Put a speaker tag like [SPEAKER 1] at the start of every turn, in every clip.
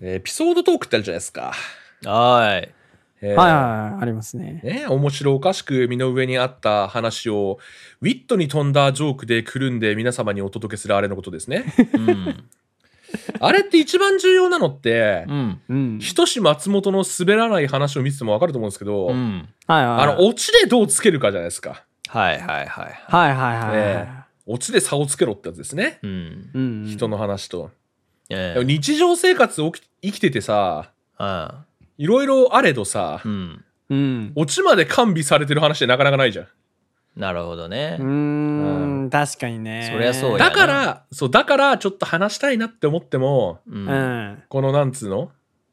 [SPEAKER 1] エピソードトークってあるじゃないですか。
[SPEAKER 2] はい。
[SPEAKER 1] えー
[SPEAKER 3] はいはいはい、ありますね。
[SPEAKER 1] ね、面白おかしく身の上にあった話を、ウィットに飛んだジョークでくるんで皆様にお届けするあれのことですね。
[SPEAKER 2] うん。
[SPEAKER 1] あれって一番重要なのって、
[SPEAKER 2] うん。
[SPEAKER 3] うん。
[SPEAKER 1] ひとし松本の滑らない話を見ててもわかると思うんですけど、
[SPEAKER 2] うん。
[SPEAKER 3] はいはい。
[SPEAKER 1] あの、オチでどうつけるかじゃないですか。
[SPEAKER 2] はいはいはい。
[SPEAKER 3] はいはいはいはい。
[SPEAKER 1] えオチで差をつけろってやつですね。
[SPEAKER 2] うん。
[SPEAKER 3] うん。
[SPEAKER 1] 人の話と。
[SPEAKER 2] え
[SPEAKER 1] でも日常生活を生き生きててさ、
[SPEAKER 2] あ
[SPEAKER 1] いろいろあれどさ
[SPEAKER 2] う、ん。
[SPEAKER 3] うん。
[SPEAKER 1] オチまで完備されてる話ってなかなかないじゃん。
[SPEAKER 2] なるほどね
[SPEAKER 3] う。ーん、確かにね。
[SPEAKER 2] そりゃそうや
[SPEAKER 1] だから、そう、だからちょっと話したいなって思っても、
[SPEAKER 2] うん。
[SPEAKER 3] う
[SPEAKER 2] うん。
[SPEAKER 3] ん。
[SPEAKER 1] このなんつうの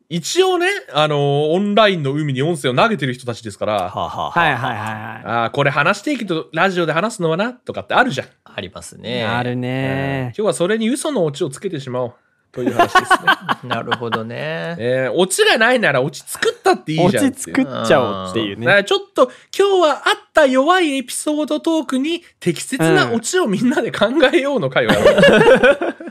[SPEAKER 1] 一応ね、あのーオンラインの海に音声を投げてる人たちですから、
[SPEAKER 2] はあはあは
[SPEAKER 3] はい
[SPEAKER 2] あ。
[SPEAKER 3] はいはいは
[SPEAKER 1] ああ、これ話していいけど、ラジオで話すのはな、とかってあるじゃん。
[SPEAKER 2] あります
[SPEAKER 3] い。
[SPEAKER 2] ね。
[SPEAKER 3] ある
[SPEAKER 1] うん今
[SPEAKER 3] ね。
[SPEAKER 1] 日はそれに嘘のオチをつけてしまおう。という話 ですね。
[SPEAKER 2] なるほどね。
[SPEAKER 1] えー、オチがないならオチ作ったっていい
[SPEAKER 3] 落
[SPEAKER 1] じゃんっ
[SPEAKER 3] ち
[SPEAKER 1] て
[SPEAKER 3] 着
[SPEAKER 1] いう。
[SPEAKER 3] くっちゃおうっていう
[SPEAKER 1] だか
[SPEAKER 3] ね。
[SPEAKER 1] らちょっと今日はあった弱いエピソードトークに適切なオチをみんなで考えようの会をやろう。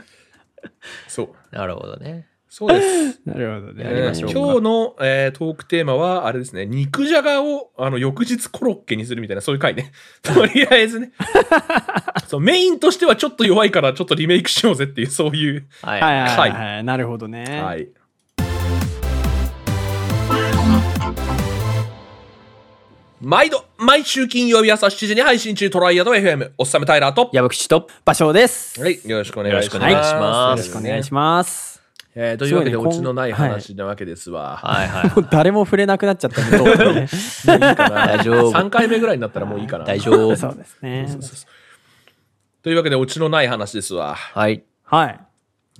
[SPEAKER 1] そう。
[SPEAKER 2] なるほどね。
[SPEAKER 1] そうです。
[SPEAKER 3] なるほどね。
[SPEAKER 2] やりましょうか
[SPEAKER 1] えー今日の、えートークテーマは、あれですね、肉じゃがをあの翌日コロッケにするみたいな、そういう回ね。とりあえずね。そうメインとしてはちょっと弱いから、ちょっとリメイクしようぜっていう、そういう。
[SPEAKER 2] はい。
[SPEAKER 3] はいはいはいはい。なるほどね。
[SPEAKER 1] はい。毎度、毎週金曜日朝7時に配信中、トライアド FM、おっさめタイラーと。
[SPEAKER 2] 矢吹と。
[SPEAKER 3] 場所です。
[SPEAKER 1] はい、よろしくお願いします。
[SPEAKER 2] よろしくお願いし
[SPEAKER 3] よ
[SPEAKER 2] ま
[SPEAKER 3] ろ
[SPEAKER 2] す
[SPEAKER 3] しくお願いします。
[SPEAKER 1] えーというわけで、
[SPEAKER 3] すごいね
[SPEAKER 1] オチのない
[SPEAKER 3] こん
[SPEAKER 1] 話なわけですわ。
[SPEAKER 2] はいはい。
[SPEAKER 3] もう誰も触れなくなっちゃったねどうぞね
[SPEAKER 2] 大 丈夫。
[SPEAKER 1] 3回目ぐらいになったらもういいかな。
[SPEAKER 2] 大丈
[SPEAKER 3] そ
[SPEAKER 2] 夫。
[SPEAKER 3] うですね。
[SPEAKER 1] というわけで、オチのない話ですわ。
[SPEAKER 2] はい。
[SPEAKER 3] はい。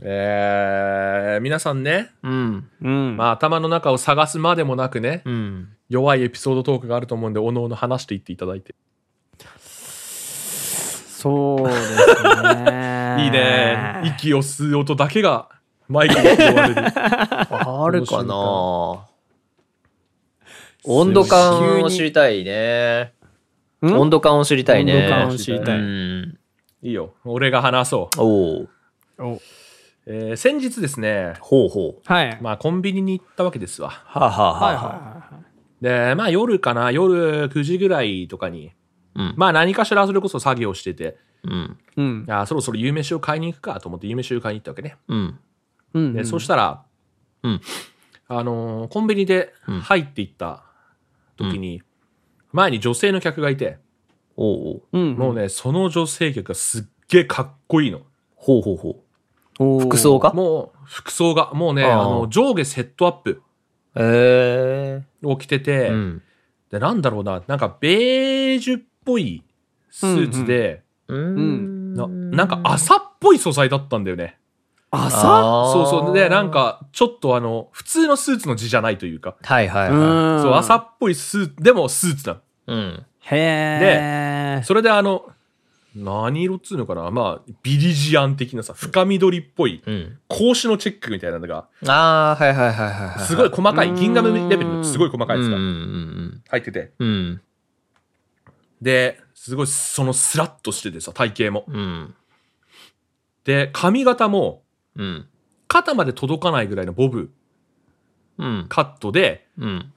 [SPEAKER 1] えー、皆さんね、
[SPEAKER 2] うん。
[SPEAKER 3] うん。
[SPEAKER 1] まあ、頭の中を探すまでもなくね、
[SPEAKER 2] うん。
[SPEAKER 1] 弱いエピソードトークがあると思うんで、おのおの話していっていただいて。。
[SPEAKER 3] そうですね
[SPEAKER 1] いいね。息を吸う音だけが、マイクに拾 われる。
[SPEAKER 2] あるか
[SPEAKER 1] どうし
[SPEAKER 2] な
[SPEAKER 1] よ
[SPEAKER 2] 温度感を知りたいね。
[SPEAKER 3] ん
[SPEAKER 2] 温度感を知りたいね。
[SPEAKER 3] 温度感を知りたい
[SPEAKER 2] うん。
[SPEAKER 1] いいよ。俺が話そう。
[SPEAKER 2] おう
[SPEAKER 3] お
[SPEAKER 1] えー、先日ですね、
[SPEAKER 2] ほうほう。
[SPEAKER 3] はい。
[SPEAKER 1] まあ、コンビニに行ったわけですわ。
[SPEAKER 2] はあはあは
[SPEAKER 3] はい
[SPEAKER 2] あ
[SPEAKER 3] はい
[SPEAKER 2] は
[SPEAKER 3] は
[SPEAKER 1] で、まあ、夜かな、夜9時ぐらいとかに、
[SPEAKER 2] うん
[SPEAKER 1] まあ、何かしらそれこそ作業してて、
[SPEAKER 2] い。うん。
[SPEAKER 3] い。うん。
[SPEAKER 1] あーそろそろ夕飯を買いに行くかと思って夕飯を買いに行ったわけね。
[SPEAKER 2] うん。
[SPEAKER 3] うん
[SPEAKER 1] で、そしたら、
[SPEAKER 2] うん
[SPEAKER 1] あのーコンビニで
[SPEAKER 2] うん
[SPEAKER 1] 入っていった時に、前に女性の客がいて、
[SPEAKER 2] おうおう。
[SPEAKER 3] うん
[SPEAKER 1] もうね、その女性客がすっげえかっこいいの。
[SPEAKER 2] ほうほうほ
[SPEAKER 3] おー
[SPEAKER 2] う。服装か
[SPEAKER 1] もう、服装が、もうね、
[SPEAKER 2] あ
[SPEAKER 1] あ
[SPEAKER 2] ー
[SPEAKER 1] の、上下セットアップ
[SPEAKER 2] え
[SPEAKER 1] を着てて、
[SPEAKER 2] え。うん。
[SPEAKER 1] で、なんだろうな、なんかベージュっぽいスーツで、
[SPEAKER 2] うん
[SPEAKER 1] ななんか朝っぽい素材だったんだよね。
[SPEAKER 3] 朝
[SPEAKER 1] そうそう。で、なん。
[SPEAKER 2] あー
[SPEAKER 1] か、ちょっとあの、普通のスーツの字じゃないというか、
[SPEAKER 2] はいはいは
[SPEAKER 3] ん
[SPEAKER 1] そう、朝っぽいスーツ、でもスーツだ。
[SPEAKER 2] い。うん。
[SPEAKER 3] へえ。
[SPEAKER 1] それであの、何色っつうのかなまあ、ビリジアン的なさ、深緑っぽい、
[SPEAKER 2] うん。
[SPEAKER 1] 格子のチェックみたいなのが、
[SPEAKER 2] ああ、はいはいはいはいはい。
[SPEAKER 1] すごい細か
[SPEAKER 3] う
[SPEAKER 1] い、
[SPEAKER 3] ん
[SPEAKER 1] 銀河ムレベルのすごい細かいやつ
[SPEAKER 2] うん
[SPEAKER 1] が
[SPEAKER 2] うん
[SPEAKER 1] 入ってて。
[SPEAKER 2] うんうん。
[SPEAKER 1] で、すごい、そのスラッとしててさ、体型も。
[SPEAKER 2] うん。
[SPEAKER 1] で、髪型も、
[SPEAKER 2] うん。
[SPEAKER 1] 肩まで届かないぐらいのボブ
[SPEAKER 2] うん。
[SPEAKER 1] カットで、
[SPEAKER 2] うん。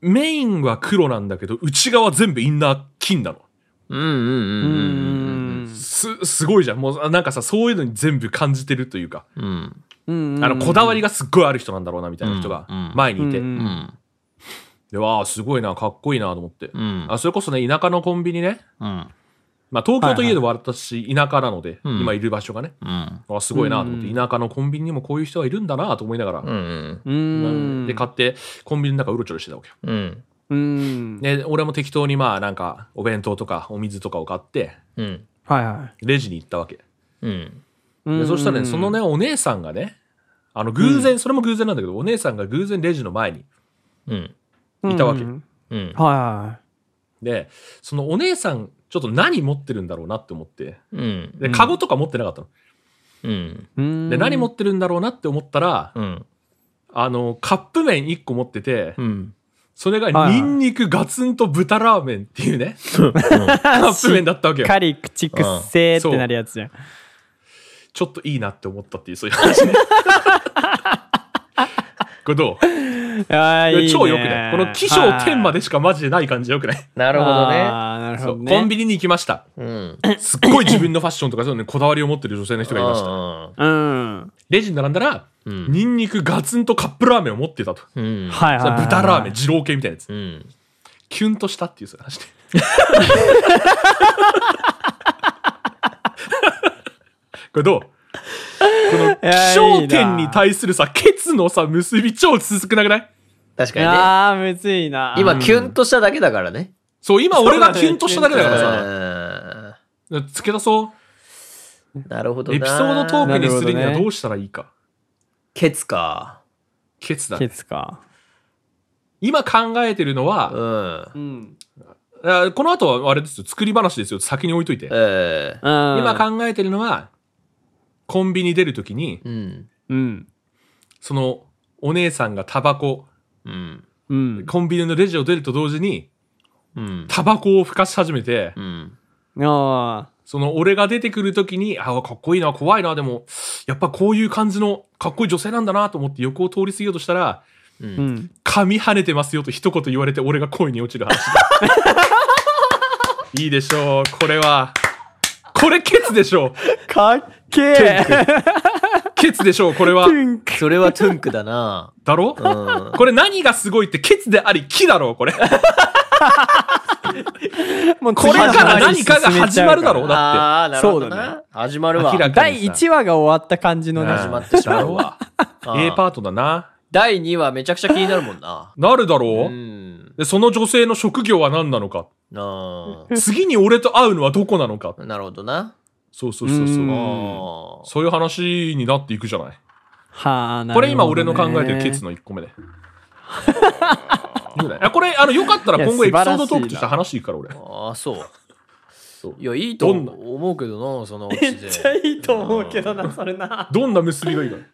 [SPEAKER 1] メインは黒なんだけど、内側全部インナー金なの。
[SPEAKER 2] うんうん
[SPEAKER 3] う
[SPEAKER 2] うん
[SPEAKER 3] ん。
[SPEAKER 1] す、すごいじゃん。もう、あなんかさ、そういうのに全部感じてるというか、
[SPEAKER 2] うんうん。
[SPEAKER 3] うん。
[SPEAKER 1] あの、こだわりがすっごいある人なんだろうな、みたいな人が
[SPEAKER 2] うんうん、
[SPEAKER 1] 前にいて。
[SPEAKER 3] うん
[SPEAKER 2] うんうん
[SPEAKER 1] で、わあ、すごいな、かっこいいなと思って。
[SPEAKER 2] うん
[SPEAKER 1] あ、それこそね、田舎のコンビニね。
[SPEAKER 2] うん
[SPEAKER 1] まあ、東京といえど私、田舎なので、
[SPEAKER 2] うん
[SPEAKER 1] 今いる場所がね。
[SPEAKER 2] うん
[SPEAKER 1] あ、すごいなと思って、田舎のコンビニにもこういう人はいるんだなと思いながら、
[SPEAKER 2] うん
[SPEAKER 3] うーん。
[SPEAKER 1] で、買って、コンビニの中うろちょろしてたわけよ。
[SPEAKER 2] うん
[SPEAKER 3] うん。
[SPEAKER 1] で、俺も適当にまあ、なんか、お弁当とか、お水とかを買って、
[SPEAKER 2] うん
[SPEAKER 3] はいは
[SPEAKER 1] レジに行ったわけ。
[SPEAKER 2] うん
[SPEAKER 3] い。う
[SPEAKER 1] で、
[SPEAKER 3] ん
[SPEAKER 1] そしたらね、その。ね、お姉さんがね、あの、偶然、それも偶然なんだけど、お姉さんが偶然レジの前に
[SPEAKER 2] うん
[SPEAKER 1] いたわけ
[SPEAKER 3] うんうん
[SPEAKER 2] うん
[SPEAKER 3] は
[SPEAKER 1] で、そのお姉さん、ちょっと何持ってるんだろうなって思って、
[SPEAKER 2] うん
[SPEAKER 1] で、カゴとか持ってなかったの。
[SPEAKER 2] うん
[SPEAKER 3] いはい。
[SPEAKER 1] で、何持
[SPEAKER 3] も
[SPEAKER 1] ってるんだろうなって思ったら、
[SPEAKER 2] うん
[SPEAKER 1] あの、カップ麺1個持ってて、
[SPEAKER 2] うん
[SPEAKER 1] それが
[SPEAKER 3] はいは
[SPEAKER 1] ニ
[SPEAKER 3] い
[SPEAKER 1] ンニクガツンと豚ラーメンっていうね、カップ麺だったわけ
[SPEAKER 3] しっ
[SPEAKER 1] よ。
[SPEAKER 3] かり口くっせーってなるやつじゃん。
[SPEAKER 1] ちょっといいなって思ったっていう、そういう話ね。れど
[SPEAKER 3] ああ、
[SPEAKER 1] う
[SPEAKER 3] いいね。
[SPEAKER 1] 超よくないこの起承転までしかマジでない感じよくない
[SPEAKER 2] なるほどね。
[SPEAKER 3] ああ、なるほ
[SPEAKER 1] そ
[SPEAKER 3] ど
[SPEAKER 1] う
[SPEAKER 3] ね。
[SPEAKER 1] コンビニに行きました。
[SPEAKER 2] うん。
[SPEAKER 1] すっごい自分のファッションとかそういうのにこだわりを持ってる女性の人がいました。
[SPEAKER 2] た。
[SPEAKER 3] うん。はい
[SPEAKER 1] レジに並んだら、
[SPEAKER 2] うん
[SPEAKER 1] ニンニクガツンとカップラーメンを持ってたと。
[SPEAKER 2] うん。
[SPEAKER 3] はいはい
[SPEAKER 1] それ
[SPEAKER 3] はい。
[SPEAKER 1] 豚ラーメン、二郎系みたいなやつ。
[SPEAKER 2] うん。
[SPEAKER 1] キュンとしたっていうそういう話で。 これどう
[SPEAKER 3] いや
[SPEAKER 1] 気
[SPEAKER 3] い
[SPEAKER 1] 象
[SPEAKER 3] いな
[SPEAKER 1] 点に対するさ、ケツのさ、結び超続くなくない
[SPEAKER 2] 確かにね。
[SPEAKER 3] ああ、むずいな。
[SPEAKER 2] 今、キュンとしただけだからね。
[SPEAKER 1] そう、今俺がキュンとしただけだからさ、
[SPEAKER 2] さ。
[SPEAKER 1] 付け出そう。
[SPEAKER 2] なるほどな。
[SPEAKER 1] エピソードトークにするには
[SPEAKER 3] なるほどね
[SPEAKER 1] どうしたらいいか。
[SPEAKER 2] ケツか。
[SPEAKER 1] ケツだね。
[SPEAKER 3] ケツか。
[SPEAKER 1] 今考えてるの
[SPEAKER 2] う
[SPEAKER 1] は、
[SPEAKER 2] ん。
[SPEAKER 3] うん。
[SPEAKER 1] あこの後はあれですよ、作り話ですよ、先に置いといて。
[SPEAKER 2] ええ。
[SPEAKER 1] 今
[SPEAKER 3] 今、
[SPEAKER 1] 考えてるのは、コンビニ出るときに、
[SPEAKER 2] うん。
[SPEAKER 3] うん。
[SPEAKER 1] そのお姉さんがタバコ、
[SPEAKER 2] うん。
[SPEAKER 3] うん。
[SPEAKER 1] コンビニのレジを出ると同時に、
[SPEAKER 2] うん。
[SPEAKER 1] タバコをふかし始めて、
[SPEAKER 2] うん。
[SPEAKER 3] あ
[SPEAKER 1] その俺が出てくるときに、あ、かっこいいな、怖いな、でも、やっぱこういう感じのかっこいい女性なんだなと思って横を通り過ぎようとしたら、
[SPEAKER 2] う。
[SPEAKER 3] あ。うんん。
[SPEAKER 1] 髪跳ねてますよと一言言われて俺が恋に落ちる話。いいでしょう、これは。これケツでしょう。
[SPEAKER 3] かっけえ
[SPEAKER 1] ケツでしょう、これは
[SPEAKER 3] ト。ゥンク
[SPEAKER 2] それはトゥンクだな。
[SPEAKER 1] だろ
[SPEAKER 2] うん。
[SPEAKER 1] これ何がすごいってケツであり木だろう、これ。
[SPEAKER 3] もう
[SPEAKER 1] これ
[SPEAKER 3] 次の
[SPEAKER 1] から
[SPEAKER 3] 話
[SPEAKER 1] 何かが始まるだろう。だっ
[SPEAKER 2] ああ、なるほど
[SPEAKER 3] そうだ
[SPEAKER 2] な。始まるわ
[SPEAKER 1] 明。らか
[SPEAKER 3] 第1話が終わった感じの
[SPEAKER 1] うん
[SPEAKER 3] ね。
[SPEAKER 2] 始まってしまうわ。
[SPEAKER 1] て。
[SPEAKER 2] うん
[SPEAKER 1] A パートだな。
[SPEAKER 2] 第2話めちゃくちゃ気になるもんな。
[SPEAKER 1] なるだ
[SPEAKER 2] う
[SPEAKER 1] ろう。
[SPEAKER 2] ん。
[SPEAKER 1] で、その女性の職業は何なのか。
[SPEAKER 2] あ
[SPEAKER 1] 次に俺と会うのはどこなのか。
[SPEAKER 2] あ。なるほどな。
[SPEAKER 1] そうそうそうそうう。
[SPEAKER 3] ん
[SPEAKER 2] あ
[SPEAKER 1] あー
[SPEAKER 2] ー
[SPEAKER 1] そういう話になっていくじゃない。
[SPEAKER 3] はあ、な
[SPEAKER 1] こ
[SPEAKER 3] るほどね
[SPEAKER 1] れ今俺の考えてるケツの1個目 で。いいねあこれ、あの、よかったら今後エ
[SPEAKER 3] い
[SPEAKER 1] ピ
[SPEAKER 3] や
[SPEAKER 1] ソー
[SPEAKER 3] 素晴らしいな
[SPEAKER 1] ドトークとして話していくから、俺。
[SPEAKER 2] あー、そう。
[SPEAKER 1] そう
[SPEAKER 2] いや、いいと
[SPEAKER 1] どんな
[SPEAKER 2] 思うけどな、そのオチで。
[SPEAKER 3] めっちゃいいと思うけどな、それな。
[SPEAKER 1] どんな結びがいいか。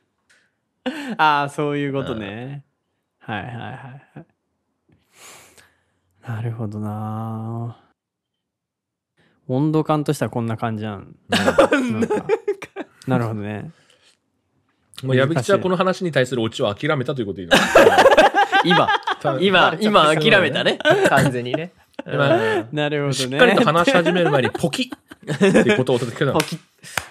[SPEAKER 3] ああ、そういうことね。はいはいはいはい。なるほどな。温度感としてはこんな感じなん。 なんかなるほどね。
[SPEAKER 1] まあ、矢吹ちゃんはこの話に対するオチを諦めたということで いいの
[SPEAKER 2] 今、今、今
[SPEAKER 1] バレち
[SPEAKER 2] 諦
[SPEAKER 1] ゃって
[SPEAKER 2] めたね。完全にね。
[SPEAKER 1] 今
[SPEAKER 3] なるほどね。
[SPEAKER 1] しっかりと話し始める前にポキッっていうことをお届け したの。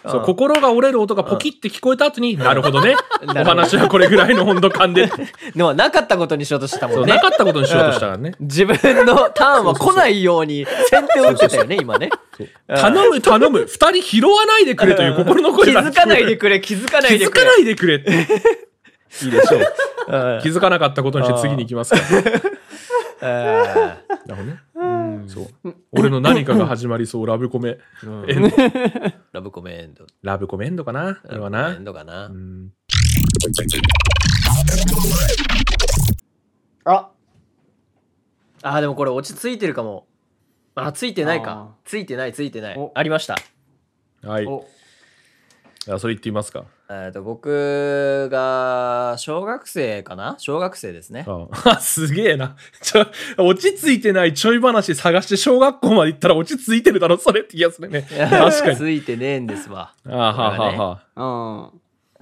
[SPEAKER 1] そう心が折れる音がポキッって聞こえた後に、なるほど ね。お
[SPEAKER 2] なるほど
[SPEAKER 1] 話はこれぐらいの温度感で。
[SPEAKER 2] のはなかったことにしようとした
[SPEAKER 1] そ
[SPEAKER 2] も
[SPEAKER 1] うん
[SPEAKER 2] ね
[SPEAKER 1] な。かったことにしようとしたからね。
[SPEAKER 2] 自分のターンは来ないように先手を打ってたよね、今ね。うん
[SPEAKER 1] 頼む頼む二人拾わないでくれという心の
[SPEAKER 2] 気
[SPEAKER 1] 声が
[SPEAKER 2] づかないでくれ、気づかない
[SPEAKER 1] 気
[SPEAKER 2] で
[SPEAKER 1] づ
[SPEAKER 2] く
[SPEAKER 1] か
[SPEAKER 2] れ。
[SPEAKER 1] ないでくれって。 いいでしょう。
[SPEAKER 2] うん
[SPEAKER 1] 気づかなかったことにして次に行きますから。なるほどね。そう。俺の何かが始まりそう、ラブコメ。
[SPEAKER 2] うん
[SPEAKER 1] エンド
[SPEAKER 2] ラブコメエンド。
[SPEAKER 1] ラブコメエンドかなこれはな
[SPEAKER 2] エ。ンドかな
[SPEAKER 1] う。ん
[SPEAKER 2] ああー、でもこれ落ち着いてるかも。あ、ついてないか。ついてない、ついてない
[SPEAKER 3] お。
[SPEAKER 2] ありました。
[SPEAKER 1] はい。
[SPEAKER 3] お
[SPEAKER 1] あそれ言ってみますか。
[SPEAKER 2] えっと、僕が、小学生かな小学生ですね。
[SPEAKER 1] ああ すげえな。ちょ、落ち着いてないちょい話探して小学校まで行ったら落ち着いてるだろ、それって気がするね。
[SPEAKER 2] いや
[SPEAKER 1] 確かに
[SPEAKER 2] ついてねえんですわ。
[SPEAKER 1] ああはあはあはあ。
[SPEAKER 3] うん。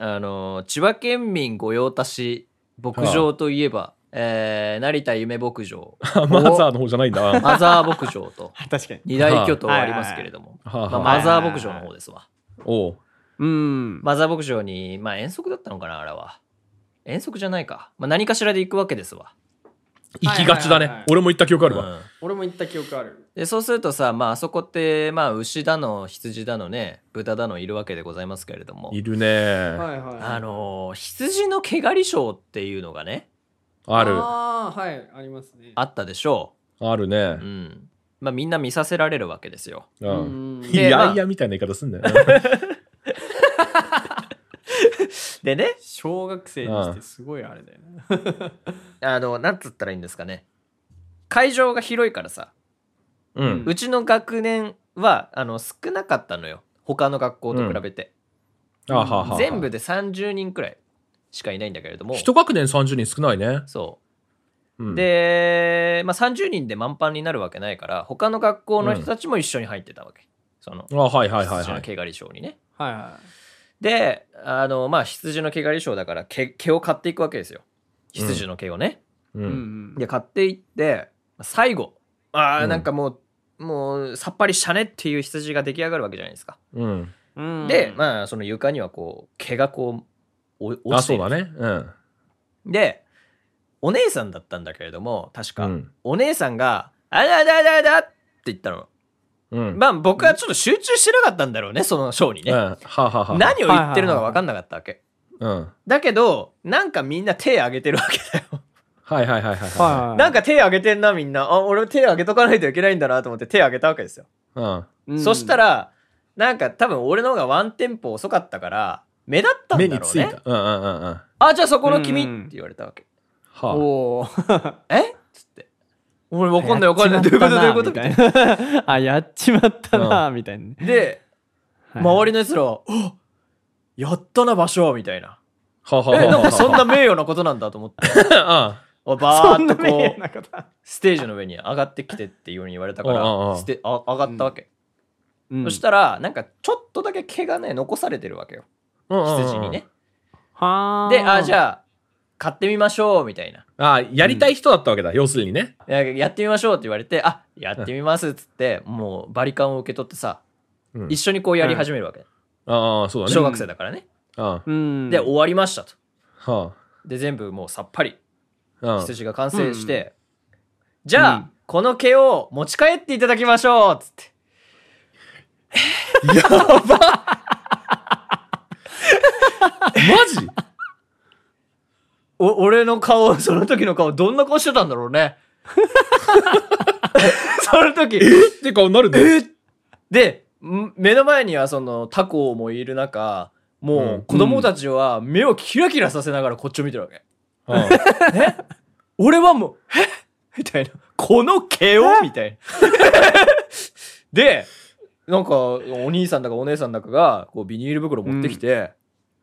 [SPEAKER 2] あの、千葉県民御用達牧場といえば、えー成田夢牧場、
[SPEAKER 1] あ マザーの方じゃないんだ。あ
[SPEAKER 2] マザー牧場 と
[SPEAKER 3] 確かに。
[SPEAKER 2] 二大巨頭ありますけれども、
[SPEAKER 1] はあ
[SPEAKER 2] まあ、
[SPEAKER 1] はあ。
[SPEAKER 2] マザー牧場の方ですわ。
[SPEAKER 1] おう
[SPEAKER 3] うん。
[SPEAKER 2] マザー牧場に、まあ遠足だったのかな、あれは。遠足じゃないか。まあ何かしらで行くわけですわ。
[SPEAKER 1] 行きがちだ
[SPEAKER 3] はいはいはいは
[SPEAKER 1] ね
[SPEAKER 3] い。
[SPEAKER 1] 俺も行った記憶ある
[SPEAKER 2] う
[SPEAKER 1] わ。
[SPEAKER 2] ん
[SPEAKER 3] 俺も行った記憶ある。
[SPEAKER 2] でそうするとさ、まああそこって、まあ牛だの、羊だのね、豚だのいるわけでございますけれども、
[SPEAKER 1] いるね。
[SPEAKER 3] はいはい。
[SPEAKER 2] あの、羊の毛刈りショーっていうのがね、
[SPEAKER 1] ある。
[SPEAKER 3] ああ、はい、ありますね。
[SPEAKER 2] あったでしょ
[SPEAKER 1] あるね
[SPEAKER 2] う。う。ん。まあみんな見させられるわけですよ。
[SPEAKER 1] う。
[SPEAKER 3] うんん
[SPEAKER 1] い
[SPEAKER 2] でま
[SPEAKER 1] や
[SPEAKER 2] あ
[SPEAKER 1] いやみたいな言い方すんだ よ。
[SPEAKER 2] でね、
[SPEAKER 3] 小学生にしてすごいあれだよね。
[SPEAKER 2] あの、なんつったらいいんですかね。会場が広いからさ、
[SPEAKER 1] う
[SPEAKER 3] うん
[SPEAKER 1] ん。
[SPEAKER 2] うちの学年は、あの、少なかったのよ。他の学校と比べて。
[SPEAKER 1] あはあはあ。
[SPEAKER 2] 全部。で30人くらいしかいないんだけれども。
[SPEAKER 1] 一学年30人少ないね。
[SPEAKER 2] そ
[SPEAKER 1] うん
[SPEAKER 2] う。、で、まあ、30人で満帆になるわけないから、他の学校の人たちも一緒に入ってたわけ。その、
[SPEAKER 1] あはいはいはい
[SPEAKER 2] 羊
[SPEAKER 1] は
[SPEAKER 2] の
[SPEAKER 1] い。
[SPEAKER 2] 毛刈り賞にね。
[SPEAKER 3] はいはい。
[SPEAKER 2] で、あの、まあ、羊の毛刈り賞だから毛、毛を買っていくわけですよ。羊の毛をね。
[SPEAKER 1] う。
[SPEAKER 3] うんん
[SPEAKER 2] で、買っていって、最後、ああ、
[SPEAKER 1] うん
[SPEAKER 2] なんかもう、もう、さっぱりしたねっていう羊が出来上がるわけじゃないですか。
[SPEAKER 1] うん。
[SPEAKER 3] うん
[SPEAKER 2] で、まあ、その床にはこう、毛がこう、お
[SPEAKER 1] あ、
[SPEAKER 2] 落ちて
[SPEAKER 1] そう
[SPEAKER 2] る
[SPEAKER 1] だね。うん。
[SPEAKER 2] で、お姉さんだったんだけれども、確か、
[SPEAKER 1] うん
[SPEAKER 2] お姉さんが、あだだだだって言ったの。
[SPEAKER 1] うん。
[SPEAKER 2] まあ、僕はちょっと集中してなかったんだろうね、そのショーに
[SPEAKER 1] うん
[SPEAKER 2] ね。
[SPEAKER 1] はあ、はあはあ、
[SPEAKER 2] 何を言ってるのか分かんなかったわけ。
[SPEAKER 1] うん。
[SPEAKER 2] だけど、なんかみんな手挙げてるわけだよ。
[SPEAKER 1] はいはいはいはいは
[SPEAKER 3] はい
[SPEAKER 2] なんか手挙げてんな、みんな。あ、俺手挙げとかないといけないんだなと思って手挙げたわけですよ。
[SPEAKER 1] い。うん。
[SPEAKER 2] そした
[SPEAKER 3] ら、
[SPEAKER 2] ら、なんか多分俺の方がワンテンポ遅かったから、目立ったんだ
[SPEAKER 1] 目
[SPEAKER 2] ろ
[SPEAKER 1] に
[SPEAKER 2] う
[SPEAKER 1] つい
[SPEAKER 2] ね。
[SPEAKER 1] た。うんうんうんうん。は
[SPEAKER 2] あ、じゃあそこの君っ
[SPEAKER 3] うんうん
[SPEAKER 2] て言われたわけ。
[SPEAKER 1] あ。
[SPEAKER 3] おー
[SPEAKER 2] えっつって。俺わかんないわ
[SPEAKER 3] やっ
[SPEAKER 2] かんない。どうい
[SPEAKER 3] ち
[SPEAKER 2] う
[SPEAKER 3] ま
[SPEAKER 2] こ
[SPEAKER 3] っ
[SPEAKER 2] と
[SPEAKER 3] た
[SPEAKER 2] どういうこと
[SPEAKER 3] なみたい なあ、やっちまったな、みたいなね。
[SPEAKER 2] で、
[SPEAKER 3] はい
[SPEAKER 2] 周りの奴らは、あやったな場所はみたいな。
[SPEAKER 1] はあはあ
[SPEAKER 2] え、
[SPEAKER 1] はあはあ。
[SPEAKER 2] なんかそ んな名誉なことなんだと思って。お
[SPEAKER 3] そ
[SPEAKER 2] バー
[SPEAKER 3] ん
[SPEAKER 2] っ
[SPEAKER 3] な
[SPEAKER 2] と
[SPEAKER 3] 名
[SPEAKER 2] こ
[SPEAKER 3] 誉
[SPEAKER 2] う、
[SPEAKER 3] なことは
[SPEAKER 2] ステージの上に上がってきてっていうように言われたか
[SPEAKER 1] うんうんう
[SPEAKER 2] ら、
[SPEAKER 1] ん
[SPEAKER 2] ステあ上がったわけ。
[SPEAKER 3] うん
[SPEAKER 2] そしたら、なんかちょっとだけ毛がね、残されてるわけよ。
[SPEAKER 1] うん。うんうんうん
[SPEAKER 2] 羊にね。。
[SPEAKER 3] は
[SPEAKER 2] で、あ、じ
[SPEAKER 3] あ。
[SPEAKER 2] ゃあ、買ってみましょう、みたいな。
[SPEAKER 1] ああ、やりたい人だったわけだ。要するにね。
[SPEAKER 2] ややってみましょうって言われて、あ、やってみますっつって、もうバリカンを受け取ってさ、
[SPEAKER 1] うん
[SPEAKER 2] 一緒にこうやり始めるわけ。
[SPEAKER 1] ああ、そうだ
[SPEAKER 2] 小
[SPEAKER 1] ね。
[SPEAKER 2] 学生だからね。
[SPEAKER 1] あ
[SPEAKER 3] うん。
[SPEAKER 2] で、終わりましたと。
[SPEAKER 1] あ。は
[SPEAKER 2] で、全部もうさっぱり、
[SPEAKER 1] あ。うん。
[SPEAKER 2] 羊が完成して、じ
[SPEAKER 3] う
[SPEAKER 2] ゃあ
[SPEAKER 3] ん、
[SPEAKER 2] この毛を持ち帰っていただきましょうっつって。
[SPEAKER 1] やばマ ジ
[SPEAKER 2] お俺の顔、 その時の顔、どんな顔してたんだろ うね。その時。
[SPEAKER 1] えって顔になるね。
[SPEAKER 2] で、ん目の前にはその他校もいる中、も
[SPEAKER 1] うん
[SPEAKER 2] う子供たちは目をキラキラさせながらこっちを見てるわけ。
[SPEAKER 1] うん
[SPEAKER 2] 俺はもう、えみたいな。この毛をみたいな。 で、なんかお兄さんだかお姉さんだかがこうビニール袋持ってきて、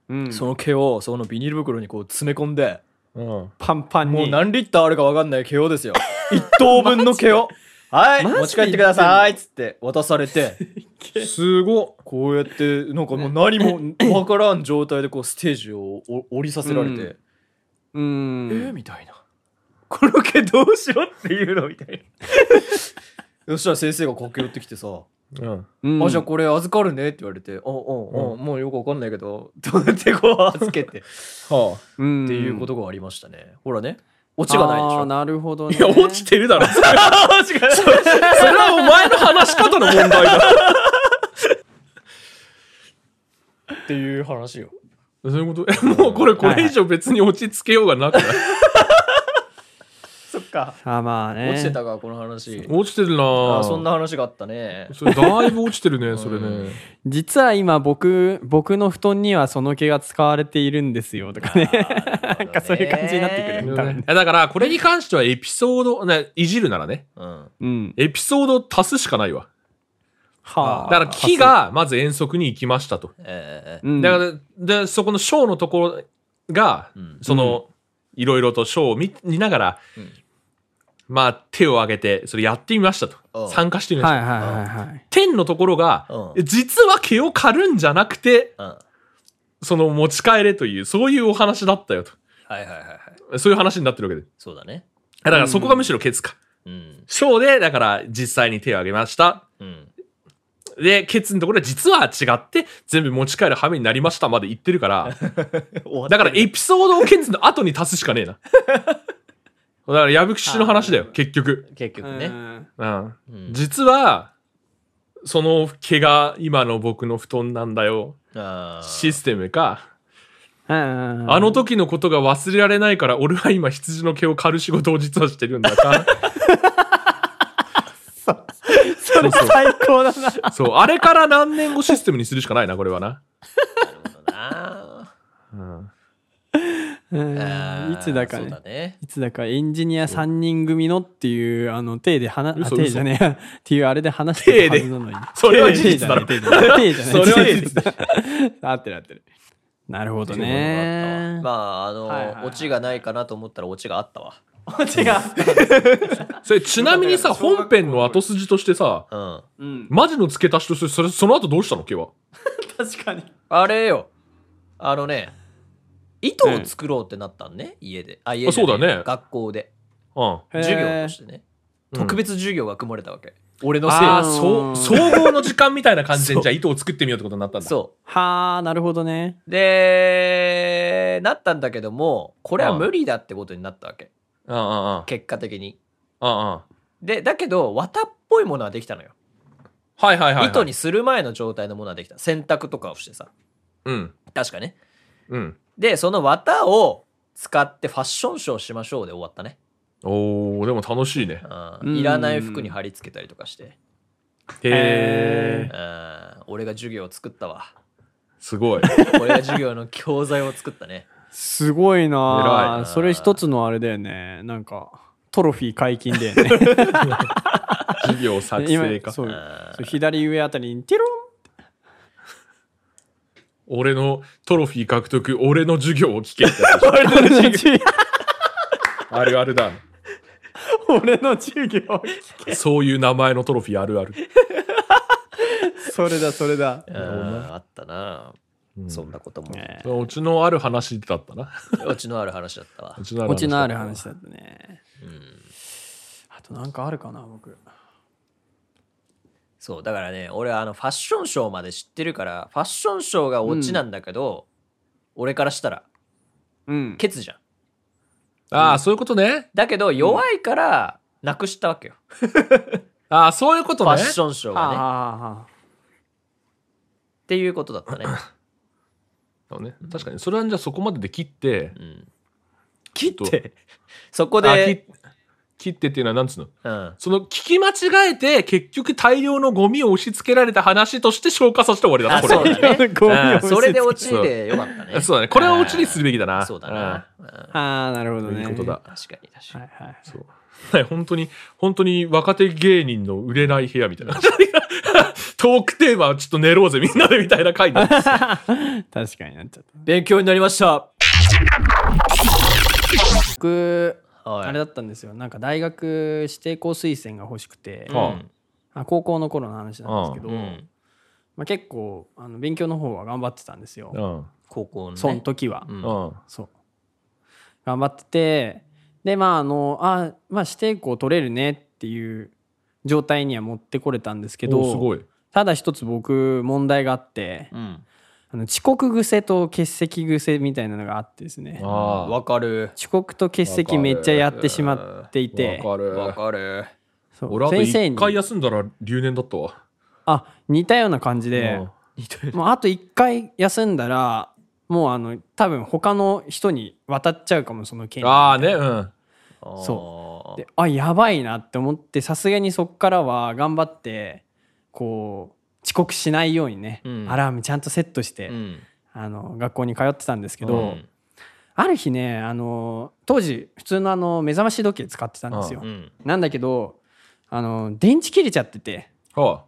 [SPEAKER 3] うん、
[SPEAKER 2] その毛をそのビニール袋にこう詰め込んで、
[SPEAKER 1] うん。
[SPEAKER 3] パンパンに。
[SPEAKER 2] もう何リッターあるか分かんない毛を ですよ。一等分の毛を。はい、
[SPEAKER 3] マジで
[SPEAKER 2] 持ち帰ってくださいっつって渡されて。
[SPEAKER 1] すごっ。
[SPEAKER 2] こうやってなんかもう何も分からん状態でこうステージをお降りさせられて、
[SPEAKER 3] うんう
[SPEAKER 2] えー
[SPEAKER 3] ん。
[SPEAKER 2] みたいなこの毛どうしろっていうのみたいな そしたら先生が駆け寄ってきてさ「
[SPEAKER 1] うん。
[SPEAKER 3] うん
[SPEAKER 2] あじゃあこれ預かるね」って言われて「あああ、
[SPEAKER 1] う
[SPEAKER 2] もうよく分かんないけど」どうやってこう預けてっ
[SPEAKER 1] は
[SPEAKER 3] うん
[SPEAKER 2] ていうことがありましたねほらねオチがないでし
[SPEAKER 3] あー
[SPEAKER 2] ょ
[SPEAKER 3] なるほど
[SPEAKER 1] あ。
[SPEAKER 3] ね。
[SPEAKER 1] いや、落ちてるだろ。それ
[SPEAKER 2] オチ がない
[SPEAKER 1] はお前の話し方の問題だ。
[SPEAKER 2] っていう話よ
[SPEAKER 1] そういうことえもうこれ、これ以上別に落ち着けようがなくない
[SPEAKER 2] そっか
[SPEAKER 3] あ、まあね。
[SPEAKER 2] 落ちてたかこの話
[SPEAKER 1] 落ちてるな
[SPEAKER 2] あ
[SPEAKER 1] ぁ
[SPEAKER 2] ーそんな話があったね
[SPEAKER 1] それだいぶ落ちてるね、それ ね。
[SPEAKER 3] 実は今僕、僕の布団にはその毛が使われているんですよとかね。なんかそういう感じになってくるね。多分
[SPEAKER 1] いやだから、これに関してはエピソード、ね、いじるならね、
[SPEAKER 2] うん
[SPEAKER 3] うん。
[SPEAKER 1] エピソードを足すしかないわ。
[SPEAKER 3] は
[SPEAKER 1] だから、木がまず遠足に行きましたと。
[SPEAKER 2] え
[SPEAKER 3] うん、
[SPEAKER 1] だから、で、そこのショーのところが、
[SPEAKER 2] ん
[SPEAKER 1] その、いろいろとショーを見見ながら、
[SPEAKER 2] うん
[SPEAKER 1] まあ、手を挙げて、それやってみました
[SPEAKER 2] う
[SPEAKER 1] と。
[SPEAKER 2] ん
[SPEAKER 1] 参加してみました。
[SPEAKER 3] はいはいはいはい。
[SPEAKER 1] 天のところが、
[SPEAKER 2] うん
[SPEAKER 1] 実は毛を刈るんじゃなくて、
[SPEAKER 2] ーうん
[SPEAKER 1] その持ち帰れという、そういうお話だったよと。
[SPEAKER 2] はいはいはいはい。
[SPEAKER 1] そういう話になってるわけで。
[SPEAKER 2] そうだね。
[SPEAKER 1] だからそこがむしろケツか。
[SPEAKER 2] うん。
[SPEAKER 1] ショーで、だから実際に手を挙げました。
[SPEAKER 2] うん。
[SPEAKER 1] で、ケツのところは実は違って、全部持ち帰る羽目になりましたまで言ってるから、 だからエピソードをケツの後に足すしかねえな。 だから矢吹吉の話だよ、結局。
[SPEAKER 2] 結局ね。
[SPEAKER 1] うん。
[SPEAKER 2] うん
[SPEAKER 1] 実は、その毛が今の僕の布団なんだよ。
[SPEAKER 2] あ
[SPEAKER 1] システムか。
[SPEAKER 3] うん。うんうん
[SPEAKER 1] あの時のことが忘れられないから、俺は今羊の毛を刈る仕事を実はしてるんだか。
[SPEAKER 3] それ最高だな。
[SPEAKER 1] そう、あれから何年後システムにするしかないな、これはな。
[SPEAKER 2] あ
[SPEAKER 1] うん。
[SPEAKER 3] うんいつだか
[SPEAKER 2] そう
[SPEAKER 3] ね
[SPEAKER 2] だ。ね。
[SPEAKER 3] いつだかエンジニア3人組のっていう、あの、手で話、あ
[SPEAKER 1] 嘘
[SPEAKER 3] 手じゃねえ や、っていうあれで話してたはずなのに。
[SPEAKER 1] それは事実だろ。
[SPEAKER 3] 手じゃない手じゃない。
[SPEAKER 1] それは事実
[SPEAKER 3] だ。合ってる合ってる。なるほどね。
[SPEAKER 2] まあ、あ
[SPEAKER 3] はいはいは
[SPEAKER 2] の、
[SPEAKER 3] い
[SPEAKER 2] オチがないかなと思ったらオチがあったわ。オチが
[SPEAKER 1] それちなみにさ、本編の後筋としてさ、
[SPEAKER 2] うん。
[SPEAKER 3] うん。
[SPEAKER 1] マジの付け足しとして、それその後どうしたの毛は。
[SPEAKER 3] 確かに。
[SPEAKER 2] あれよ。あのね、糸を作ろうってなったんね、家で。あ、家で。
[SPEAKER 1] あそうだね
[SPEAKER 2] 学校で。
[SPEAKER 1] うん。
[SPEAKER 3] へー
[SPEAKER 2] 授業としてね。
[SPEAKER 1] うん
[SPEAKER 2] 特別授業が組まれたわけ。俺のせい
[SPEAKER 1] ああ、
[SPEAKER 2] で。
[SPEAKER 1] そう、総合の時間みたいな感じで、じゃあ糸を作ってみようってことになったんだ。
[SPEAKER 2] そ
[SPEAKER 3] はあなるほどね
[SPEAKER 2] う。で、なったんだけども、これは無理だってことになったわけ。
[SPEAKER 1] うんうんうん。
[SPEAKER 2] 結果的に。
[SPEAKER 1] うんうん。
[SPEAKER 2] で、だけど、綿っぽいものはできたのよ。
[SPEAKER 1] はいはいはいはい。
[SPEAKER 2] 糸に。する前の状態のものはできた。洗濯とかをしてさ。
[SPEAKER 1] うん。
[SPEAKER 2] 確かね。
[SPEAKER 1] うん。
[SPEAKER 2] で、その綿を使ってファッションショーしましょうで終わったね。
[SPEAKER 1] おー、でも楽しいね。
[SPEAKER 2] うんいらない服に貼り付けたりとかして。
[SPEAKER 1] へ
[SPEAKER 3] へ
[SPEAKER 1] ー。
[SPEAKER 2] うん俺が授業を作ったわ。
[SPEAKER 1] すごい。
[SPEAKER 2] 俺が授業の教材を作ったね。
[SPEAKER 3] すごいな
[SPEAKER 1] 偉
[SPEAKER 3] あ
[SPEAKER 2] い
[SPEAKER 3] それ一つのあれだよねなんかトロフィー解禁だよね
[SPEAKER 1] 授業作成
[SPEAKER 3] 今
[SPEAKER 1] か。
[SPEAKER 3] そう
[SPEAKER 2] あー
[SPEAKER 3] そう左上あたりにテロン
[SPEAKER 1] 俺のトロフィー獲得、俺の授業を聞けって やつ
[SPEAKER 3] 俺の授業
[SPEAKER 1] あるあるだ。
[SPEAKER 3] 俺の授業
[SPEAKER 1] そういう名前のトロフィーあるあ る。
[SPEAKER 3] それだそれだ
[SPEAKER 2] うんあったな、
[SPEAKER 1] うん
[SPEAKER 2] そんなことも。
[SPEAKER 3] ね
[SPEAKER 1] うちのある話だったな。
[SPEAKER 2] オチのある話だったわ
[SPEAKER 1] う。ちのある話だった
[SPEAKER 3] 落ちのある話だったね
[SPEAKER 2] うん
[SPEAKER 3] あとなんかあるかな僕
[SPEAKER 2] そう、だからね、俺はあのファッションショーまで知ってるから、ファッションショーがオチなんだけど、俺からしたら、
[SPEAKER 3] うん
[SPEAKER 2] ケツじゃん。
[SPEAKER 1] ああ、そういうことね。
[SPEAKER 2] だけど、弱いから、なくしたわけよ。
[SPEAKER 1] ああ、そういうこと
[SPEAKER 2] ファッ
[SPEAKER 1] ね。
[SPEAKER 2] ションショー
[SPEAKER 3] はあ
[SPEAKER 2] がね。っ
[SPEAKER 3] はあはあ
[SPEAKER 2] ていうことだった ね。
[SPEAKER 1] そうね確かに。それはじゃあそこまでで切って
[SPEAKER 2] う、ん、
[SPEAKER 1] 切っ
[SPEAKER 2] で、そこ
[SPEAKER 1] あ切
[SPEAKER 2] で、
[SPEAKER 1] 切ってっていうのはなんつうの
[SPEAKER 2] うん、
[SPEAKER 1] その聞き間違えて結局大量のゴミを押し付けられた話として消化させて終わりだな
[SPEAKER 2] あ
[SPEAKER 1] これ
[SPEAKER 2] そうだね
[SPEAKER 3] ゴミを
[SPEAKER 1] あ
[SPEAKER 3] 見せつけ
[SPEAKER 2] それでオチでよかった ね。
[SPEAKER 1] そうだねこれ はオチにするべきだな
[SPEAKER 2] そうだな。うん
[SPEAKER 3] ああなるほどね
[SPEAKER 1] そういうことだ
[SPEAKER 2] 確かに確か
[SPEAKER 3] は
[SPEAKER 2] に。
[SPEAKER 3] いはい
[SPEAKER 1] そうはい本当に本当に若手芸人の売れない部屋みたいな トークテーマはちょっと寝ろうぜみんなでみたいな回になって
[SPEAKER 3] 確かになっちゃった
[SPEAKER 2] 勉強になりました。
[SPEAKER 3] 僕
[SPEAKER 2] はい
[SPEAKER 3] あれだったんですよなんか大学指定校推薦が欲しくて、
[SPEAKER 1] はあ
[SPEAKER 3] あ高校の頃の話なんですけ
[SPEAKER 2] う
[SPEAKER 3] ど、
[SPEAKER 2] んうん
[SPEAKER 3] まあ、結構あの勉強の方は頑張ってたんですよ、
[SPEAKER 1] うん
[SPEAKER 2] 高校の、ね。
[SPEAKER 3] その時は、
[SPEAKER 2] うん
[SPEAKER 1] うん
[SPEAKER 3] そう頑張っててでまああのあまあ指定校取れるねっていう状態には持ってこれたんですけ
[SPEAKER 1] おすご
[SPEAKER 3] ど
[SPEAKER 1] い
[SPEAKER 3] ただ一つ僕問題があって
[SPEAKER 2] うん。
[SPEAKER 3] あの遅刻癖と欠席癖みたいなのがあってですね
[SPEAKER 1] あ
[SPEAKER 2] わかる。
[SPEAKER 3] 遅刻と欠席めっちゃやってしまっていて
[SPEAKER 1] あわかる
[SPEAKER 2] わかる。
[SPEAKER 3] そう
[SPEAKER 1] 俺あと
[SPEAKER 3] 先生
[SPEAKER 1] 一
[SPEAKER 3] に
[SPEAKER 1] 回休んだら留年だったわ
[SPEAKER 3] あ似たような感じで、
[SPEAKER 1] うん
[SPEAKER 3] もうあと1回休んだらもうあの多分他の人に渡っちゃうかもその権利
[SPEAKER 1] ああねうん
[SPEAKER 3] そであやばいなって思ってさすがにそっからは頑張ってこう遅刻しないようにね、
[SPEAKER 2] うん
[SPEAKER 3] アラームちゃんとセットして、
[SPEAKER 2] うん。
[SPEAKER 3] あの学校に通ってたんですけ
[SPEAKER 2] う
[SPEAKER 3] ど、
[SPEAKER 2] ん
[SPEAKER 3] ある日ねあの当時普通のあの目覚まし時計使ってたんですよ、
[SPEAKER 2] うん。
[SPEAKER 3] なんだけどあの電池切れちゃってて
[SPEAKER 1] は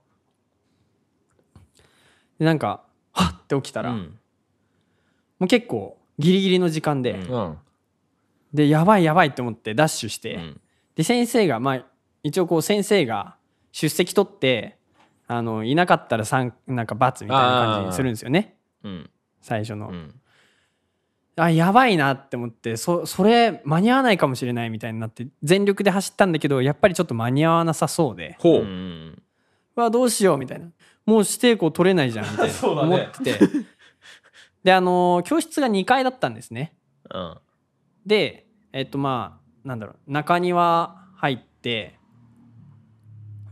[SPEAKER 3] でなんかはっって起きた
[SPEAKER 2] う
[SPEAKER 3] ら、も
[SPEAKER 2] ん
[SPEAKER 3] う結構ギリギリの時間で、
[SPEAKER 2] うん
[SPEAKER 1] あうん
[SPEAKER 3] でやばいやばいって思ってダッシュして、
[SPEAKER 2] うん
[SPEAKER 3] で先生がまあ一応こう先生が出席取ってあのいなかったらさんなんか罰みたいな感じにするんですよね
[SPEAKER 2] うん。
[SPEAKER 3] 最初の、
[SPEAKER 2] うん
[SPEAKER 3] あやばいなって思ってそそれ間に合わないかもしれないみたいになって全力で走ったんだけどやっぱりちょっと間に合わなさそうで
[SPEAKER 1] ほ
[SPEAKER 2] う。
[SPEAKER 1] うん
[SPEAKER 3] うわどうしようみたいなもう指定校取れないじゃん みたいな
[SPEAKER 1] そうだね
[SPEAKER 3] 思っててであの教室が2階だったんですね
[SPEAKER 2] うん。
[SPEAKER 3] でえっとまあなんだろう中庭入って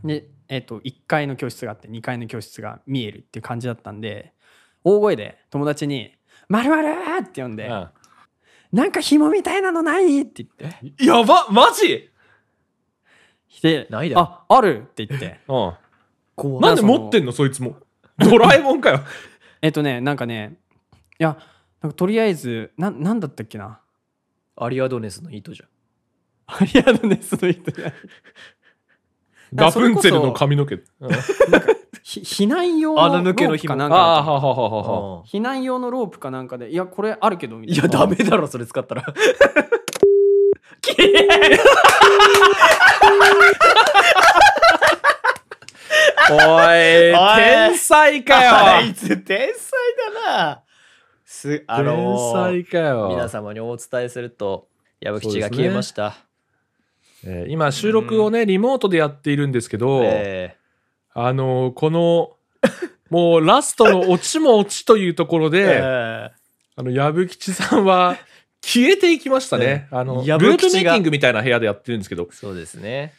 [SPEAKER 3] でえっと1階の教室があって2階の教室が見えるっていう感じだったんで大声で友達に「まるまる!」って呼んで
[SPEAKER 1] うん
[SPEAKER 3] 「なんか紐みたいなのない?」って言って
[SPEAKER 1] やばマジ
[SPEAKER 3] で「
[SPEAKER 2] ないだろ
[SPEAKER 3] あある!」って言って
[SPEAKER 1] うん
[SPEAKER 2] 怖
[SPEAKER 1] なんで持ってんのそいつも。ドラえもんかよ。
[SPEAKER 3] えっとねなんかねいやなんかとりあえずななんだったっけな
[SPEAKER 2] アリアドネスの糸じゃん。
[SPEAKER 3] アリアドネスの人や
[SPEAKER 1] ラプンツェルの髪の毛。うん
[SPEAKER 3] ひ避難用の
[SPEAKER 2] 穴
[SPEAKER 3] ロ
[SPEAKER 2] 抜けの
[SPEAKER 3] ープ
[SPEAKER 2] 紐
[SPEAKER 3] かなんかだ
[SPEAKER 1] あ
[SPEAKER 3] と
[SPEAKER 1] ーは
[SPEAKER 3] 思う
[SPEAKER 1] はははは。
[SPEAKER 3] 避難用のロープかなんかで「いやこれあるけど」みた
[SPEAKER 2] い
[SPEAKER 3] いな
[SPEAKER 2] や、ダメだろ、それ使った ら。
[SPEAKER 1] おい
[SPEAKER 2] おい
[SPEAKER 1] 才
[SPEAKER 2] いつ天才だな。す、あ
[SPEAKER 1] 天
[SPEAKER 2] のー
[SPEAKER 1] 才かよ。
[SPEAKER 2] 皆様にお伝えすると、矢吹吉が
[SPEAKER 1] そうですね
[SPEAKER 2] 消えました。
[SPEAKER 1] えー今、収録をね、リモートでやっているんですけど、
[SPEAKER 2] え
[SPEAKER 1] あのーこの、 もうラストのオチもオチというところ
[SPEAKER 2] ー
[SPEAKER 1] で、
[SPEAKER 2] え
[SPEAKER 1] あの、矢吹吉さんは消えていきましたね。あの、ル
[SPEAKER 2] 矢
[SPEAKER 1] ー
[SPEAKER 2] 吹
[SPEAKER 1] ムメイ
[SPEAKER 2] 吉が
[SPEAKER 1] キングみたいな部屋でやってるんですけど
[SPEAKER 2] ー、そうですね。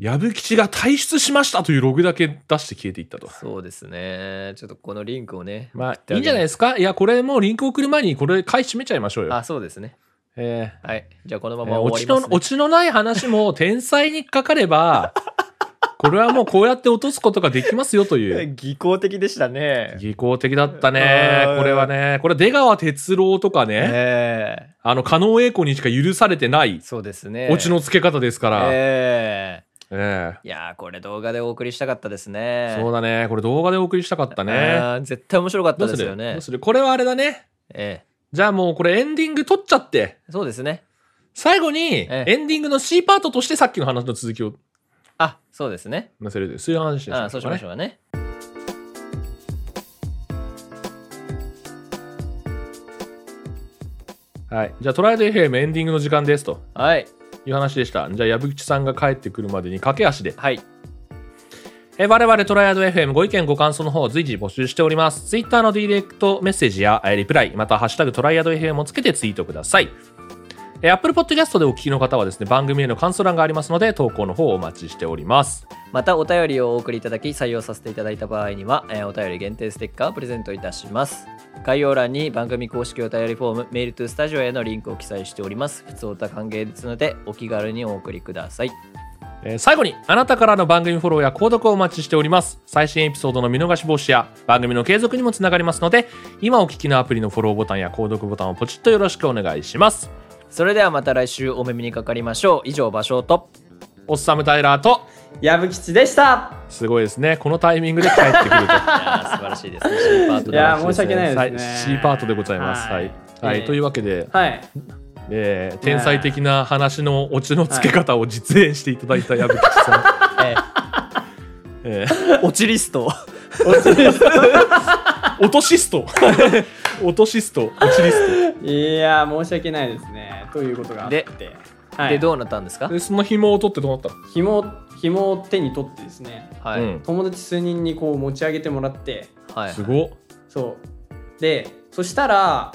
[SPEAKER 1] 矢吹吉が退出しましたというログだけ出して消えていったと。
[SPEAKER 2] そうですね。ちょっとこのリンクをね。
[SPEAKER 1] まあ、
[SPEAKER 2] てあげる
[SPEAKER 1] いいんじゃないですかいや、これもうリンク送る前にこれ買い占めちゃいましょうよ。
[SPEAKER 2] あ、そうですね。
[SPEAKER 1] え
[SPEAKER 2] はい。じゃあこのま
[SPEAKER 1] ー
[SPEAKER 2] ま
[SPEAKER 1] えーオ
[SPEAKER 2] 終
[SPEAKER 1] チ
[SPEAKER 2] わ
[SPEAKER 1] の、
[SPEAKER 2] ります、ね。
[SPEAKER 1] オチのない話も天才にかかれ ば、これはもうこうやって落とすことができますよという。
[SPEAKER 2] 技巧的でしたね。
[SPEAKER 1] 技巧的だったね
[SPEAKER 2] うん。
[SPEAKER 1] これはね。これ出川哲郎とかね、
[SPEAKER 2] え
[SPEAKER 1] あの、加納栄子にしか許されてない
[SPEAKER 2] ー、そうですね。
[SPEAKER 1] オチの付け方ですから。え
[SPEAKER 2] え
[SPEAKER 1] え
[SPEAKER 2] ーいやーこれ動画でお送りしたかったですね。
[SPEAKER 1] そうだね。これ動画でお送りしたかったね。
[SPEAKER 2] あー絶対面白かっ
[SPEAKER 1] ど
[SPEAKER 2] た
[SPEAKER 1] う
[SPEAKER 2] ですす
[SPEAKER 1] る
[SPEAKER 2] よね
[SPEAKER 1] どう。するこれはあれだね。
[SPEAKER 2] え
[SPEAKER 1] じゃあもうこれエンディング撮っちゃって、
[SPEAKER 2] えそうですね。
[SPEAKER 1] 最後に
[SPEAKER 2] ええ
[SPEAKER 1] エンディングの C パートとしてさっきの話の続きを
[SPEAKER 2] あ、そうですね。
[SPEAKER 1] 載せるという、そういう話にし
[SPEAKER 2] あ
[SPEAKER 1] ま
[SPEAKER 2] ー
[SPEAKER 1] しょ
[SPEAKER 2] そう
[SPEAKER 1] う
[SPEAKER 2] し
[SPEAKER 1] か
[SPEAKER 2] ま
[SPEAKER 1] ね
[SPEAKER 2] しょうかね。
[SPEAKER 1] はい。じゃあトライアド FM エンディングの時間ですと
[SPEAKER 2] はい。
[SPEAKER 1] いう話でした。じゃあ矢吹さんが帰ってくるまでに駆け足で
[SPEAKER 2] はい。
[SPEAKER 1] えー我々トライアド FM ご意見ご感想の方を随時募集しております。ツイッターのディレクトメッセージやえーリプライ、またハッシュタグトライアド FM をつけてツイートください。えー Apple Podcast でお聞きの方はですね、番組への感想欄がありますので、投稿の方をお待ちしております。
[SPEAKER 2] またお便りをお送りいただき採用させていただいた場合には、えーお便り限定ステッカーをプレゼントいたします概要欄に番組公式お便りフォームメールトゥスタジオへのリンクを記載しております普通おた歓迎ですのでお気軽にお送りください
[SPEAKER 1] えー最後に、あなたからの番組フォローや購読をお待ちしております。最新エピソードの見逃し防止や番組の継続にもつながりますので、今お聞きのアプリのフォローボタンや購読ボタンをポチッとよろしくお願いします。
[SPEAKER 2] それではまた来週お目にかかりましょう以上芭蕉と
[SPEAKER 1] オッサム・タイラーと、
[SPEAKER 2] 矢吹吉でした
[SPEAKER 1] すごいですね。このタイミングで帰ってくると。
[SPEAKER 2] いやー素晴らしいですね新パート
[SPEAKER 3] い
[SPEAKER 2] で
[SPEAKER 3] や申し訳ないですね
[SPEAKER 1] はい C パートでございます。はい。はい
[SPEAKER 3] えー
[SPEAKER 1] というわけで、
[SPEAKER 3] はい
[SPEAKER 1] えー天才的な話のオチの付け方を実演していただいた矢吹さん。
[SPEAKER 2] え
[SPEAKER 1] え
[SPEAKER 2] ーオチリスト
[SPEAKER 1] ー、オトシス ト。オトシスト。オチリス
[SPEAKER 3] いや申し訳ないですねということがあって
[SPEAKER 2] で
[SPEAKER 3] はい、
[SPEAKER 2] でどうなったんですか
[SPEAKER 1] ト。で、その紐を取ってどうなったの
[SPEAKER 3] 紐を紐を手に取ってですね
[SPEAKER 2] はい、
[SPEAKER 1] うん
[SPEAKER 3] 友達数人にこう持ち上げてもらって
[SPEAKER 2] はい
[SPEAKER 1] すごっ。
[SPEAKER 3] そうでそしたら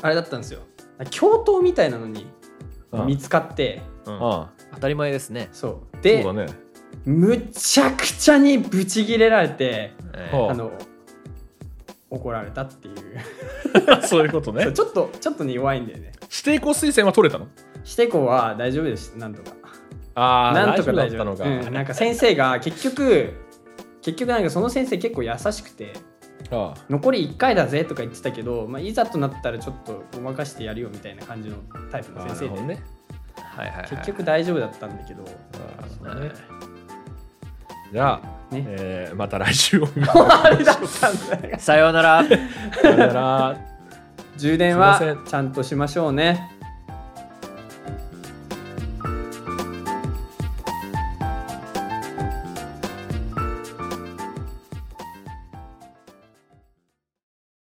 [SPEAKER 3] あれだったんですよ教頭みたいなのに
[SPEAKER 1] うん
[SPEAKER 3] 見つかって
[SPEAKER 2] うん
[SPEAKER 1] ああ
[SPEAKER 2] 当たり前ですね、
[SPEAKER 3] そう
[SPEAKER 1] そう
[SPEAKER 3] で
[SPEAKER 1] だね。
[SPEAKER 3] むちゃくちゃにブチギレられて
[SPEAKER 2] え
[SPEAKER 1] は
[SPEAKER 2] ー
[SPEAKER 1] あ
[SPEAKER 3] あの怒られたっていう
[SPEAKER 1] そういうこと
[SPEAKER 3] そう
[SPEAKER 1] ね。
[SPEAKER 3] ちょっとちょっとね弱いんだよね
[SPEAKER 1] 指定校推薦は取れたの
[SPEAKER 3] してこは大丈夫ですなんとか
[SPEAKER 1] ああ、
[SPEAKER 3] なんとか
[SPEAKER 1] だっ
[SPEAKER 3] 大
[SPEAKER 1] た
[SPEAKER 3] 丈
[SPEAKER 1] の
[SPEAKER 3] 夫
[SPEAKER 1] か。
[SPEAKER 3] うんなんか先生が結局結局なんかその先生結構優しくて
[SPEAKER 1] ああ
[SPEAKER 3] 残り1回だぜとか言ってたけど、まあ、いざとなったらちょっとごまかしてやるよみたいな感じのタイプの
[SPEAKER 1] ああな
[SPEAKER 3] 先
[SPEAKER 1] る
[SPEAKER 3] 生
[SPEAKER 1] ほ
[SPEAKER 3] で、
[SPEAKER 1] どね。
[SPEAKER 2] はいはいはい
[SPEAKER 3] 結局大丈夫だったんだけど、ね、
[SPEAKER 1] ああそう
[SPEAKER 2] は
[SPEAKER 1] だ
[SPEAKER 2] い
[SPEAKER 1] ねじゃあ、えーまた来週お見まし
[SPEAKER 3] あれだったんだよ
[SPEAKER 2] さようなら
[SPEAKER 1] ょう。さよなら
[SPEAKER 3] 充電
[SPEAKER 1] すいま
[SPEAKER 3] は
[SPEAKER 1] せ
[SPEAKER 3] ちゃんとしましょうね